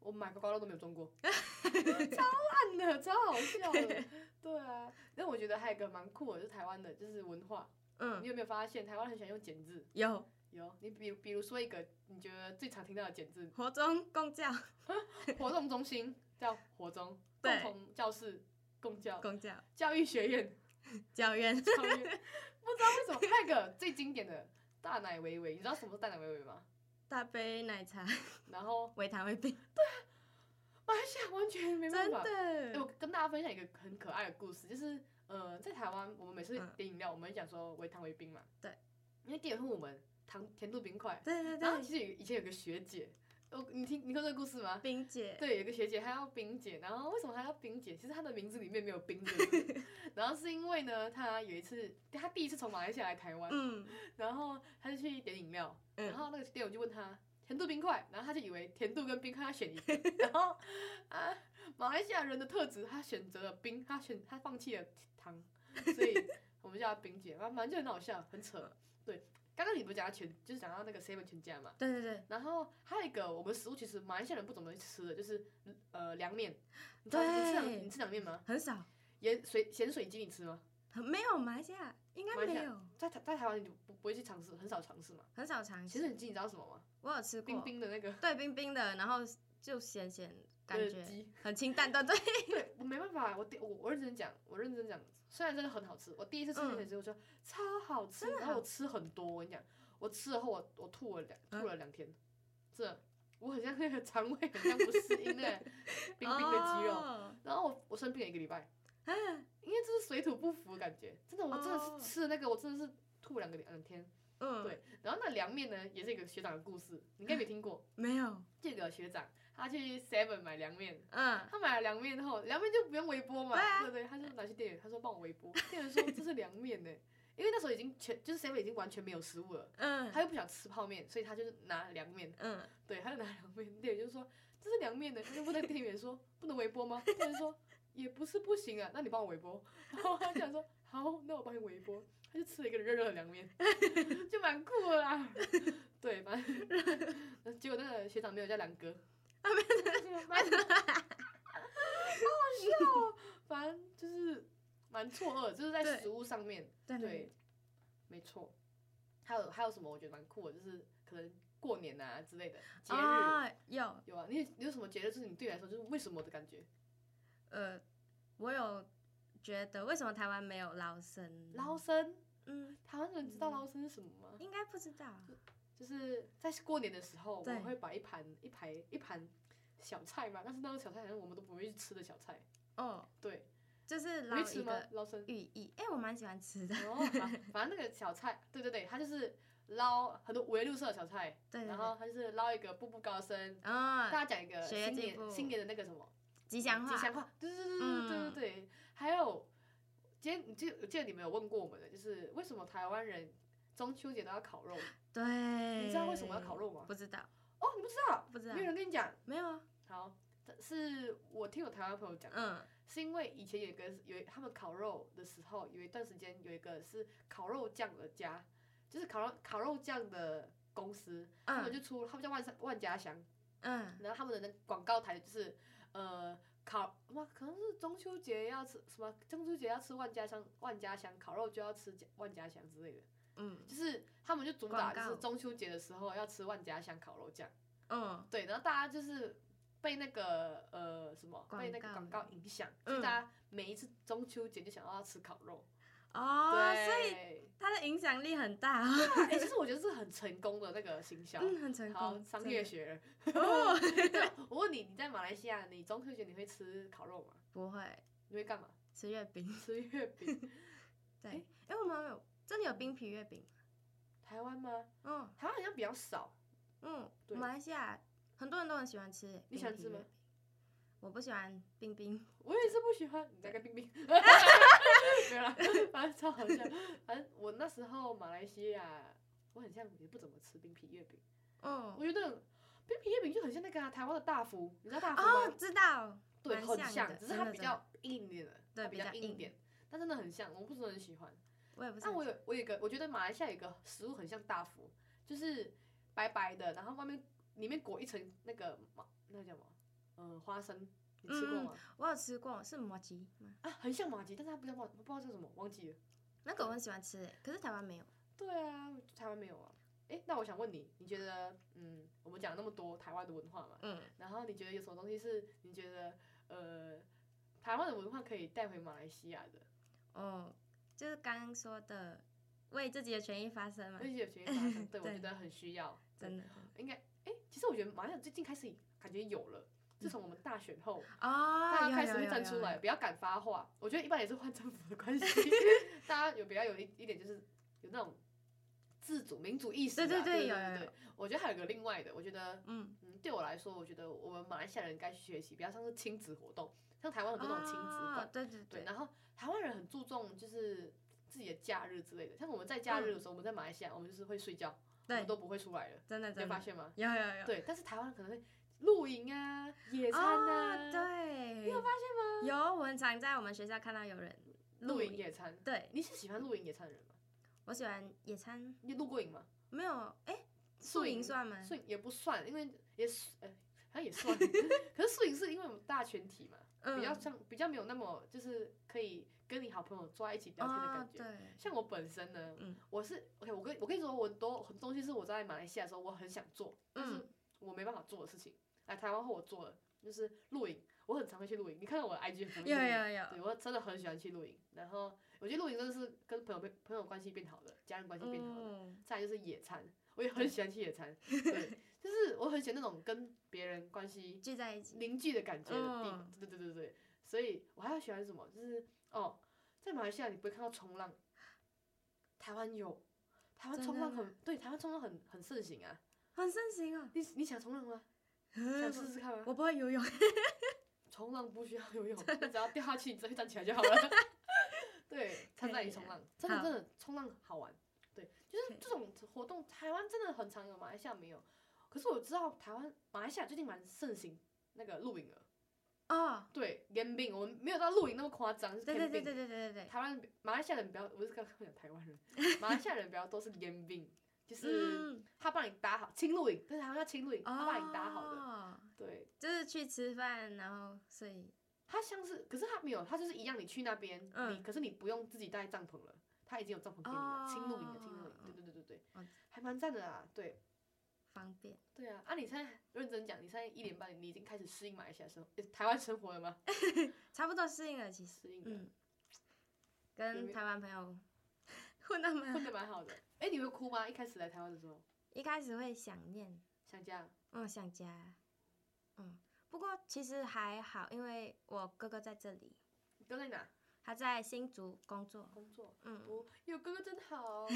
[SPEAKER 1] 我买刮刮乐都没有中过，超烂的，超好笑的。对啊，但我觉得还有一个蛮酷的，就是台湾的，就是文化。你
[SPEAKER 2] 嗯，
[SPEAKER 1] 有没有发现台湾很喜欢用简字？
[SPEAKER 2] 有
[SPEAKER 1] 有，你比如比如说一个你觉得最常听到的简 字，
[SPEAKER 2] 活中共 教，
[SPEAKER 1] 活动中心叫活中，共
[SPEAKER 2] 对
[SPEAKER 1] 同教室、共教、
[SPEAKER 2] 共教
[SPEAKER 1] 教育学院、
[SPEAKER 2] 教院，
[SPEAKER 1] 教育，不知道为什么还有一个最经典的大奶维维，你知道什么是大奶维维吗？
[SPEAKER 2] 大杯奶茶，
[SPEAKER 1] 然后
[SPEAKER 2] 维糖会病，
[SPEAKER 1] 马来西亚 完全没办
[SPEAKER 2] 真
[SPEAKER 1] 法。哎我
[SPEAKER 2] 的，
[SPEAKER 1] 跟大家分享一个很可爱的故事，就是呃，在台湾我们每次
[SPEAKER 2] 嗯
[SPEAKER 1] 点饮料，我们会讲说微糖微冰嘛。
[SPEAKER 2] 对。
[SPEAKER 1] 因为店员会问我们糖甜度冰块，
[SPEAKER 2] 对对
[SPEAKER 1] 然后
[SPEAKER 2] 对，
[SPEAKER 1] 其实有以前有个学姐，我你听你过这个故事吗？
[SPEAKER 2] 冰姐，
[SPEAKER 1] 对，有一个学姐她叫冰姐，然后为什么她叫冰姐？其实她的名字里面没有冰这个 字，然后是因为呢，她有一次她第一次从马来西亚来台湾，
[SPEAKER 2] 嗯
[SPEAKER 1] 然后她就去点饮料，然
[SPEAKER 2] 嗯，
[SPEAKER 1] 后那个店员就问她甜度冰块，然后她就以为甜度跟冰块她选一 个，然后啊马来西亚人的特质，她选择了冰，她选她放弃了糖，所以我们叫她冰姐，反正就很好笑，很扯。
[SPEAKER 2] 嗯
[SPEAKER 1] 对，刚刚你不是讲到全，就是讲到那个 seven 全家嘛，
[SPEAKER 2] 对对对，
[SPEAKER 1] 然后还有一个，我们食物其实马来西亚人不怎么吃的，就是呃凉面。你知道
[SPEAKER 2] 对
[SPEAKER 1] 你吃凉你吃凉面吗？
[SPEAKER 2] 很少，
[SPEAKER 1] 盐水咸水鸡你吃吗？
[SPEAKER 2] 很没有马来西亚，应
[SPEAKER 1] 马来
[SPEAKER 2] 该
[SPEAKER 1] 西亚
[SPEAKER 2] 没有，
[SPEAKER 1] 在台在台湾你就不不会去尝试，很少尝试嘛。
[SPEAKER 2] 很少尝
[SPEAKER 1] 咸水
[SPEAKER 2] 试。
[SPEAKER 1] 鸡你知道什么吗？
[SPEAKER 2] 我有吃
[SPEAKER 1] 冰
[SPEAKER 2] 过，
[SPEAKER 1] 冰的那个
[SPEAKER 2] 对，冰冰的，然后就咸咸，感
[SPEAKER 1] 呃
[SPEAKER 2] 觉
[SPEAKER 1] 鸡。
[SPEAKER 2] 很清淡，对对，
[SPEAKER 1] 对我没办法，我第我我认真讲，我认真讲，虽然真的很好吃，我第一次吃咸水鸡我觉得超好吃，
[SPEAKER 2] 嗯真的啊
[SPEAKER 1] 然后
[SPEAKER 2] 好
[SPEAKER 1] 我吃很多，我跟你讲，我吃了后我我吐了两
[SPEAKER 2] 嗯
[SPEAKER 1] 吐了两天，这我很像那个肠胃很像不适应那 个 冰冰的鸡肉。
[SPEAKER 2] 哦啊
[SPEAKER 1] 然后我我生病了一个礼拜，因为这是水土不服的感觉，真的，我真的
[SPEAKER 2] 哦
[SPEAKER 1] 是吃的那个，我真的是吐两个两天。
[SPEAKER 2] 嗯，
[SPEAKER 1] 对，然后那凉面呢，也是一个学长的故事，你应该没听 过。
[SPEAKER 2] 没有，
[SPEAKER 1] 这个学长他去 Seven 买凉面，
[SPEAKER 2] 嗯，
[SPEAKER 1] 他买了凉面后，凉面就不用微波嘛，
[SPEAKER 2] 对啊
[SPEAKER 1] 对不对？他就拿去店员，他说帮我微波，店员说这是凉面呢，因为那时候已经全就是 Seven 已经完全没有食物了，
[SPEAKER 2] 嗯，
[SPEAKER 1] 他又不想吃泡面，所以他就是拿凉面。
[SPEAKER 2] 嗯，
[SPEAKER 1] 对，他就拿凉面，店员就说这是凉面的，他就问那个店员说不能微波吗？店员说也不是不行啊，那你帮我微波。然后他就想说好，那我帮你微波，他就吃了一个热热的凉面， 就蛮酷的啦。对，反正嗯结果那个学长没有叫梁哥，蛮好笑哦，反正就是蛮错愕的，就是在
[SPEAKER 2] 对
[SPEAKER 1] 食物上面。
[SPEAKER 2] 对
[SPEAKER 1] 对，，没错。还有还有什么我觉得蛮酷的，就是可能过年啊之类的节日、
[SPEAKER 2] 啊，有，
[SPEAKER 1] 有啊。你有你有什么节日就是你对你来说就是为什么的感觉？
[SPEAKER 2] 呃，我有觉得为什么台湾没有捞生？
[SPEAKER 1] 捞，生，
[SPEAKER 2] 嗯，
[SPEAKER 1] 台湾人知道捞生是什么吗？
[SPEAKER 2] 应该不知道，啊
[SPEAKER 1] 就是在过年的时候，我
[SPEAKER 2] 对
[SPEAKER 1] 们会把一盘一排一盘小菜嘛，但是那种小菜好像我们都不会去吃的小菜。
[SPEAKER 2] 哦，
[SPEAKER 1] 对，
[SPEAKER 2] 就是
[SPEAKER 1] 你
[SPEAKER 2] 捞
[SPEAKER 1] 会吃
[SPEAKER 2] 一
[SPEAKER 1] 吗
[SPEAKER 2] 个？
[SPEAKER 1] 捞生？
[SPEAKER 2] 寓意，哎，我蛮喜欢吃的，
[SPEAKER 1] 哦，好 反正那个小菜，对对对，它就是捞很多五颜六色的小菜，
[SPEAKER 2] 对，
[SPEAKER 1] 然后它就是捞一个步步高升。大
[SPEAKER 2] 嗯啊，
[SPEAKER 1] 家讲一个
[SPEAKER 2] 学业
[SPEAKER 1] 新
[SPEAKER 2] 进
[SPEAKER 1] 年
[SPEAKER 2] 步
[SPEAKER 1] 新年的那个什么？
[SPEAKER 2] 吉祥话，
[SPEAKER 1] 吉祥话，对对对对对对对
[SPEAKER 2] 嗯
[SPEAKER 1] 对。还有，今天你记得我记得你们有问过我们的，就是为什么台湾人中秋节都要烤肉？
[SPEAKER 2] 对，
[SPEAKER 1] 你知道为什么要烤肉吗
[SPEAKER 2] 不知道，
[SPEAKER 1] 哦，你不知道，
[SPEAKER 2] 不知道
[SPEAKER 1] 没有，人跟你讲。
[SPEAKER 2] 没有啊，
[SPEAKER 1] 好，这是我听我台湾朋友讲，
[SPEAKER 2] 嗯，
[SPEAKER 1] 是因为以前有一个有一他们烤肉的时候，有一段时间有一个是烤肉酱的家，就是烤肉烤肉酱的公司，他们
[SPEAKER 2] 嗯，
[SPEAKER 1] 就出他们叫万山万家香，
[SPEAKER 2] 嗯，
[SPEAKER 1] 然后他们的那个广告台就是呃烤哇，可能是中秋节要吃什么？中秋节要吃万家香，万家香烤肉就要吃万家香之类的，
[SPEAKER 2] 嗯，
[SPEAKER 1] 就是他们就主打
[SPEAKER 2] 广
[SPEAKER 1] 就
[SPEAKER 2] 告
[SPEAKER 1] 是中秋节的时候要吃万家香烤肉酱。
[SPEAKER 2] 嗯，
[SPEAKER 1] 对，然后大家就是被那个呃什么
[SPEAKER 2] 广
[SPEAKER 1] 被那个
[SPEAKER 2] 告
[SPEAKER 1] 广告影响，
[SPEAKER 2] 嗯
[SPEAKER 1] 就大家每一次中秋节就想要吃烤肉。
[SPEAKER 2] 哦，所以
[SPEAKER 1] 对，
[SPEAKER 2] 它的影响力很大哦，
[SPEAKER 1] 哎、其实我觉得是很成功的那个行销。
[SPEAKER 2] 嗯，很成
[SPEAKER 1] 啊好，
[SPEAKER 2] 功，
[SPEAKER 1] 商
[SPEAKER 2] 真
[SPEAKER 1] 业
[SPEAKER 2] 的
[SPEAKER 1] 学人。
[SPEAKER 2] 哦
[SPEAKER 1] 对我问你，你在马来西亚，你中秋节你会吃烤肉吗？
[SPEAKER 2] 不会
[SPEAKER 1] 你会干 嘛？
[SPEAKER 2] 吃月饼。
[SPEAKER 1] 吃月 饼？
[SPEAKER 2] 对，哎、我们有这里有冰皮月饼，
[SPEAKER 1] 台湾吗？
[SPEAKER 2] 嗯
[SPEAKER 1] 台湾好像比较少。
[SPEAKER 2] 嗯，
[SPEAKER 1] 对
[SPEAKER 2] 马来西亚很多人都很喜欢吃。
[SPEAKER 1] 你喜欢吃吗？
[SPEAKER 2] 我不喜欢冰冰，
[SPEAKER 1] 我也是不喜欢你那个冰 冰，没有 啦，反正超好 笑。反正我那时候马来西亚，我很像也不怎么吃冰皮月饼，
[SPEAKER 2] 嗯，
[SPEAKER 1] 我觉得冰皮月饼就很像那个啊、台湾的大福，你知道大福吗？
[SPEAKER 2] 哦，知道，
[SPEAKER 1] 对，
[SPEAKER 2] 蛮
[SPEAKER 1] 很
[SPEAKER 2] 像的
[SPEAKER 1] 只是
[SPEAKER 2] 真
[SPEAKER 1] 它
[SPEAKER 2] 的
[SPEAKER 1] 比
[SPEAKER 2] 真的
[SPEAKER 1] 较硬一点的，
[SPEAKER 2] 对
[SPEAKER 1] 它比
[SPEAKER 2] 比
[SPEAKER 1] 较
[SPEAKER 2] 较
[SPEAKER 1] 硬一
[SPEAKER 2] 硬
[SPEAKER 1] 点，但真的很像，我不是很喜欢。
[SPEAKER 2] 我也不是
[SPEAKER 1] 那
[SPEAKER 2] 很喜
[SPEAKER 1] 我
[SPEAKER 2] 欢。
[SPEAKER 1] 有我有一个，我觉得马来西亚有一个食物很像大福，就是白白的，然后外面里面裹一层那个毛那个叫什么？呃，花生，你吃过吗？
[SPEAKER 2] 我有吃过，是摩吉吗？
[SPEAKER 1] 啊，很像马吉，但是它不叫马，不知道叫什么，忘记了。
[SPEAKER 2] 那个我很喜欢吃，可是台湾没有。
[SPEAKER 1] 对啊，台湾没有啊。诶，那我想问你，你觉得，嗯，我们讲了那么多台湾的文化嘛，
[SPEAKER 2] 嗯，
[SPEAKER 1] 然后你觉得有什么东西是你觉得，呃，台湾的文化可以带回马来西亚的？
[SPEAKER 2] 哦，就是刚刚说的，为自己的权益发声嘛
[SPEAKER 1] 而，且有权益发生，对我
[SPEAKER 2] 对
[SPEAKER 1] 觉得很需要，
[SPEAKER 2] 真的。
[SPEAKER 1] 应该，诶，其实我觉得马来西亚最近开始感觉有了，自从我们大选后，
[SPEAKER 2] 哦，
[SPEAKER 1] 大家
[SPEAKER 2] 有
[SPEAKER 1] 开始
[SPEAKER 2] 有
[SPEAKER 1] 会
[SPEAKER 2] 有
[SPEAKER 1] 站
[SPEAKER 2] 有
[SPEAKER 1] 出来，
[SPEAKER 2] 有
[SPEAKER 1] 比较敢发话。我 觉得一般也是换政府的关系，大家有比较有一一点就是有那种自主民主意识啊、
[SPEAKER 2] 对对对
[SPEAKER 1] 对
[SPEAKER 2] 有
[SPEAKER 1] 对
[SPEAKER 2] 有有
[SPEAKER 1] 我觉得还有一个另外的，我觉得
[SPEAKER 2] 嗯，
[SPEAKER 1] 嗯，对我来说，我觉得我们马来西亚人该学习，比较像是亲子活动，像台湾很多那种亲子馆
[SPEAKER 2] 哦，对对
[SPEAKER 1] 对，
[SPEAKER 2] 对，
[SPEAKER 1] 然后台湾人很注重就是自己的假日之类的，像我们在假日的时候，我们在马来西亚，我们就是会睡觉，我们
[SPEAKER 2] 嗯对，
[SPEAKER 1] 都不会出来了，
[SPEAKER 2] 真的
[SPEAKER 1] 你有
[SPEAKER 2] 真
[SPEAKER 1] 发
[SPEAKER 2] 的，
[SPEAKER 1] 现吗？
[SPEAKER 2] 有有有，
[SPEAKER 1] 对，但是台湾可能会露营啊、野餐
[SPEAKER 2] 哦，
[SPEAKER 1] 啊，
[SPEAKER 2] 对，你有发现吗？有，我很常在我们学校看到有人
[SPEAKER 1] 露营，野餐。
[SPEAKER 2] 对
[SPEAKER 1] 你是喜欢露营野餐的人吗？
[SPEAKER 2] 我喜欢野餐，
[SPEAKER 1] 你露过营吗？
[SPEAKER 2] 没有，哎，
[SPEAKER 1] 宿
[SPEAKER 2] 宿
[SPEAKER 1] 营
[SPEAKER 2] 营算吗？
[SPEAKER 1] 宿营也不算，因为也是呃，好像也算， 可是宿营是因为我们大群体嘛，
[SPEAKER 2] 嗯
[SPEAKER 1] 比较像比较没有那么就是可以跟你好朋友坐在一起聊天的
[SPEAKER 2] 哦
[SPEAKER 1] 感，觉。
[SPEAKER 2] 对，
[SPEAKER 1] 像我本身呢，
[SPEAKER 2] 嗯
[SPEAKER 1] 我是 OK，我跟我跟你说，我很多很多东西是我在马来西亚的时候我很想做，但
[SPEAKER 2] 嗯
[SPEAKER 1] 是我没办法做的事情，来台湾后我做了，就是露营，我很常会去露营。你看到我的 IG 很常去
[SPEAKER 2] 有
[SPEAKER 1] 露营
[SPEAKER 2] 有有，
[SPEAKER 1] 对我真的很喜欢去露营。然后我觉得露营真的是跟朋友变朋友关系变好了，家人关系变好了。
[SPEAKER 2] 嗯，
[SPEAKER 1] 再来就是野餐，我也很喜欢去野餐， 对，就是我很喜欢那种跟别人关系
[SPEAKER 2] 聚在一起，
[SPEAKER 1] 凝聚的感觉的地方
[SPEAKER 2] 嗯。
[SPEAKER 1] 对对对对，所以我还要喜欢什么？就是哦，在马来西亚你不会看到冲浪，台湾有，台湾
[SPEAKER 2] 真
[SPEAKER 1] 冲
[SPEAKER 2] 的
[SPEAKER 1] 浪
[SPEAKER 2] 吗
[SPEAKER 1] 很对，台湾冲浪很很盛行啊。
[SPEAKER 2] 很盛行哦。
[SPEAKER 1] 你你想冲浪吗？
[SPEAKER 2] 嗯
[SPEAKER 1] 想试试看吗？
[SPEAKER 2] 我不会游泳，
[SPEAKER 1] 冲浪不需要游 泳，你只要掉下去，你直接站起来就好 了。对，参
[SPEAKER 2] 可
[SPEAKER 1] 加
[SPEAKER 2] 以
[SPEAKER 1] 你
[SPEAKER 2] 啊
[SPEAKER 1] 冲浪，真的
[SPEAKER 2] 好
[SPEAKER 1] 真的冲浪好玩。对，就是
[SPEAKER 2] 可以
[SPEAKER 1] 这种活动，台湾真的很常有，马来西亚没有。可是我知道台湾、马来西亚最近蛮盛行那个露营了。
[SPEAKER 2] 哦，
[SPEAKER 1] 对，gambling，我们没有到露营那么夸张，就是 camping。
[SPEAKER 2] 对对对对对对对对，
[SPEAKER 1] 台湾马来西亚人比较，我不是刚刚讲台湾人， 马来西亚人比较多是 gambling，就是
[SPEAKER 2] 嗯，
[SPEAKER 1] 他帮你搭好轻露营，但是他要轻露营，他帮你搭好的。
[SPEAKER 2] 哦，
[SPEAKER 1] 对，
[SPEAKER 2] 就是去吃饭，然后所以
[SPEAKER 1] 他像是，可是他没有，他就是一样，你去那边，
[SPEAKER 2] 嗯
[SPEAKER 1] 你可是你不用自己带帐篷了，他已经有帐篷给你了，轻露营的，轻露营
[SPEAKER 2] 哦，
[SPEAKER 1] 对对对对对，
[SPEAKER 2] 哦
[SPEAKER 1] 还蛮赞的啊，对。
[SPEAKER 2] 方便。
[SPEAKER 1] 对啊，啊，你现在认真讲，你现在一年半，你已经开始适应马来西亚生活、台湾生活了 吗？
[SPEAKER 2] 差不多适应了，其实，
[SPEAKER 1] 适应了，
[SPEAKER 2] 嗯，跟台湾朋友 混到蛮
[SPEAKER 1] 混得蛮好的。哎、你会哭吗？一开始来台湾的时候，
[SPEAKER 2] 一开始会想念，
[SPEAKER 1] 想家，
[SPEAKER 2] 嗯，想家，嗯，不过其实还好，因为我哥哥在这里，
[SPEAKER 1] 你哥在哪？
[SPEAKER 2] 他在新竹工作，
[SPEAKER 1] 工作。
[SPEAKER 2] 嗯，
[SPEAKER 1] 哦，有哥哥真好。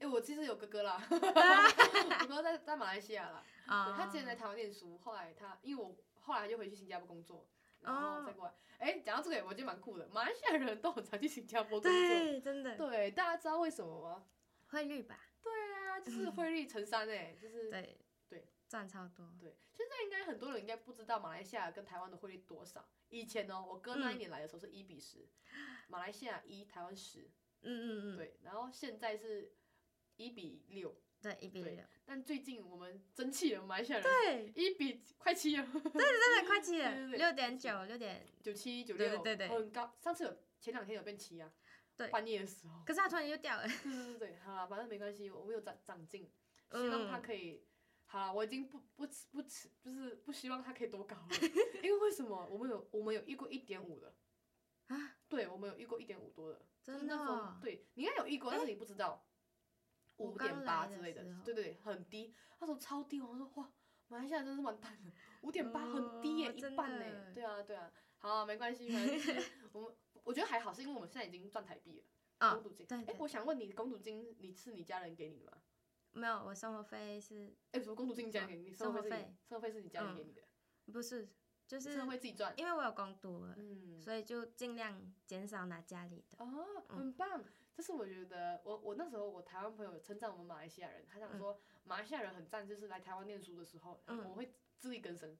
[SPEAKER 1] 哎、我其实有哥哥啦， 我哥在在马来西亚啦。对
[SPEAKER 2] 啊
[SPEAKER 1] 他之前来台湾念书，后来他因为我后来就回去新加坡工作，然
[SPEAKER 2] 哦
[SPEAKER 1] 后再过来。哎、讲到这个，我觉得蛮酷的。马来西亚人都很常去新加坡工作。
[SPEAKER 2] 对，真 的
[SPEAKER 1] 对，大家知道为什么吗？
[SPEAKER 2] 汇率吧，
[SPEAKER 1] 对啊，就是汇率成山哎、就是
[SPEAKER 2] 对
[SPEAKER 1] 对，
[SPEAKER 2] 赚超多，
[SPEAKER 1] 对，现在应该很多人应该不知道马来西亚跟台湾的汇率多少。以前哦，我哥那
[SPEAKER 2] 嗯
[SPEAKER 1] 一年来的时候是一比十、马来西亚一，台湾十，
[SPEAKER 2] 嗯嗯嗯，
[SPEAKER 1] 对，然后现在是一比六，
[SPEAKER 2] 对，一比
[SPEAKER 1] 对
[SPEAKER 2] 六，
[SPEAKER 1] 但最近我们争气了，马来西亚人
[SPEAKER 2] 对，
[SPEAKER 1] 一比快七了，
[SPEAKER 2] 真的快起了
[SPEAKER 1] 对对，对
[SPEAKER 2] 六点九，六点，
[SPEAKER 1] 九七九
[SPEAKER 2] 对
[SPEAKER 1] 六，
[SPEAKER 2] 对对对
[SPEAKER 1] 很高。上次有前两天有变七啊，
[SPEAKER 2] 对
[SPEAKER 1] 半夜的时 候，
[SPEAKER 2] 可是他突然就掉了，
[SPEAKER 1] 对对对对，好啦，反正没关系，我们有长长进，
[SPEAKER 2] 嗯
[SPEAKER 1] 希望他可以。好啦，我已经不不不就是不希望他可以多高了， 因为为什么我们有我们有遇过一点五的
[SPEAKER 2] 啊，
[SPEAKER 1] 对我们有遇过一点五多的，就是
[SPEAKER 2] 真的
[SPEAKER 1] 那时候
[SPEAKER 2] 哦
[SPEAKER 1] 对你应该有遇过，但是你不知道，
[SPEAKER 2] 我
[SPEAKER 1] 五
[SPEAKER 2] 刚
[SPEAKER 1] 点八
[SPEAKER 2] 来
[SPEAKER 1] 之
[SPEAKER 2] 的
[SPEAKER 1] 类的
[SPEAKER 2] 时候，
[SPEAKER 1] 对对对，很低，那时候超低，我说哇，马来西亚真是完蛋了，五点八很低耶、
[SPEAKER 2] 哦
[SPEAKER 1] 一
[SPEAKER 2] 真
[SPEAKER 1] 半呢、
[SPEAKER 2] 的
[SPEAKER 1] 对啊对啊，好啊没关系， 反正就是我们我觉得还好，是因为我们现在已经赚台币了，
[SPEAKER 2] 哦
[SPEAKER 1] 公主金。
[SPEAKER 2] 对
[SPEAKER 1] 哎、
[SPEAKER 2] 对
[SPEAKER 1] 我想问你，公主金你是你家人给你的吗？
[SPEAKER 2] 没有，我生活费是
[SPEAKER 1] 哎、什么公主金你家人给你？你生活费是你
[SPEAKER 2] 啊
[SPEAKER 1] 生
[SPEAKER 2] 生活费
[SPEAKER 1] 活费是你家人给你的，
[SPEAKER 2] 不是，就
[SPEAKER 1] 你
[SPEAKER 2] 是
[SPEAKER 1] 生活费自己赚。
[SPEAKER 2] 因为我有工读了，
[SPEAKER 1] 嗯，
[SPEAKER 2] 所以就尽量减少拿家里的。
[SPEAKER 1] 哦，
[SPEAKER 2] 嗯
[SPEAKER 1] 很棒。这是我觉得，我我那时候我台湾朋友称赞我们马来西亚人，他想
[SPEAKER 2] 嗯
[SPEAKER 1] 说马来西亚人很赞，就是来台湾念书的时候，我
[SPEAKER 2] 嗯
[SPEAKER 1] 们会自力更生，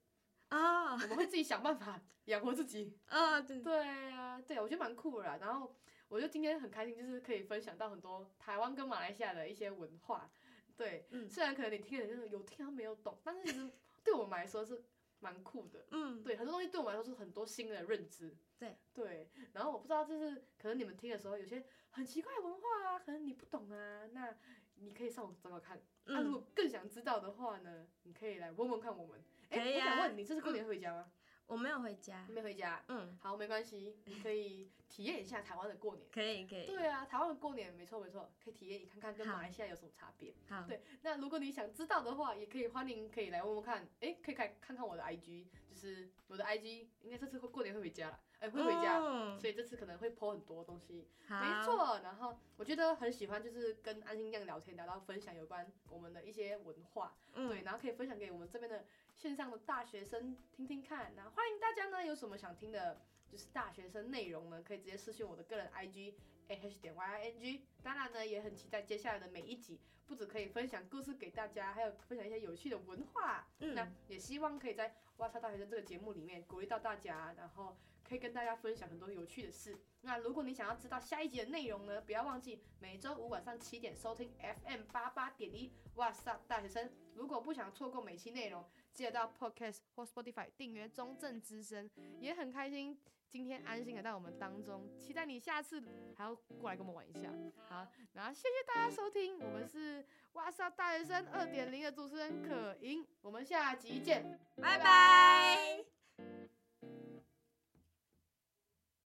[SPEAKER 2] 哦
[SPEAKER 1] 我们会自己想办法 养活自己。
[SPEAKER 2] 哦，对，
[SPEAKER 1] 对啊，对啊，我觉得蛮酷的啦。然后我就今天很开心，就是可以分享到很多台湾跟马来西亚的一些文化。对，
[SPEAKER 2] 嗯
[SPEAKER 1] 虽然可能你听的就是有听到没有懂，但是其实对我们来说是蛮酷的。
[SPEAKER 2] 嗯，
[SPEAKER 1] 对，很多东西对我们来说是很多新的认知。
[SPEAKER 2] 对
[SPEAKER 1] 对，然后我不知道，就是可能你们听的时候有些很奇怪的文化啊，可能你不懂啊，那你可以上网找找看。那、啊如
[SPEAKER 2] 嗯，
[SPEAKER 1] 果更想知道的话呢，你可以来问问看我们。哎、
[SPEAKER 2] 可以
[SPEAKER 1] 我想
[SPEAKER 2] 啊
[SPEAKER 1] 问你，这次过年回家吗？
[SPEAKER 2] 我没有回家
[SPEAKER 1] 还，没回家。
[SPEAKER 2] 嗯，
[SPEAKER 1] 好，没关系，你可以体验一下台湾的过年。
[SPEAKER 2] 可以可以，
[SPEAKER 1] 对啊，台湾的过年没错没错，可以体验你看看跟马
[SPEAKER 2] 好
[SPEAKER 1] 来西亚有什么差别。
[SPEAKER 2] 好，
[SPEAKER 1] 对那如果你想知道的话，也可以欢迎可以来问问看，哎，可以看看看我的 IG，就就是我的 IG 应该这次过过年会回家了，哎、会回家，
[SPEAKER 2] 嗯
[SPEAKER 1] 所以这次可能会 po 很多东西。
[SPEAKER 2] 好
[SPEAKER 1] 没，错，然后我觉得很喜欢，就是跟安心这样聊天，聊到分享有关我们的一些文化，
[SPEAKER 2] 嗯
[SPEAKER 1] 对，然后可以分享给我们这边的线上的大学生听听看。然后欢迎大家呢，有什么想听的，就是大学生内容呢，可以直接私信我的个人 IG。A H 点 Y I N G，当然呢，也很期待接下来的每一集，不止可以分享故事给大家，还有分享一些有趣的文化。那
[SPEAKER 2] 嗯，
[SPEAKER 1] 也希望可以在《哇塞大学生》这个节目里面鼓励到大家，然后可以跟大家分享很多有趣的事。那如果你想要知道下一集的内容呢，不要忘记每周五晚上七点收听 FM 八八点一《哇塞大学生》。如果不想错过每期内容，记得到 Podcast 或 Spotify 订阅中正之声。也很开心今天安心来到我们当中，期待你下次还要过来跟我们玩一下。好，然后谢谢大家收听，我们是。哇塞，大学生二点零的主持人可盈，我们下集见。
[SPEAKER 2] 拜拜。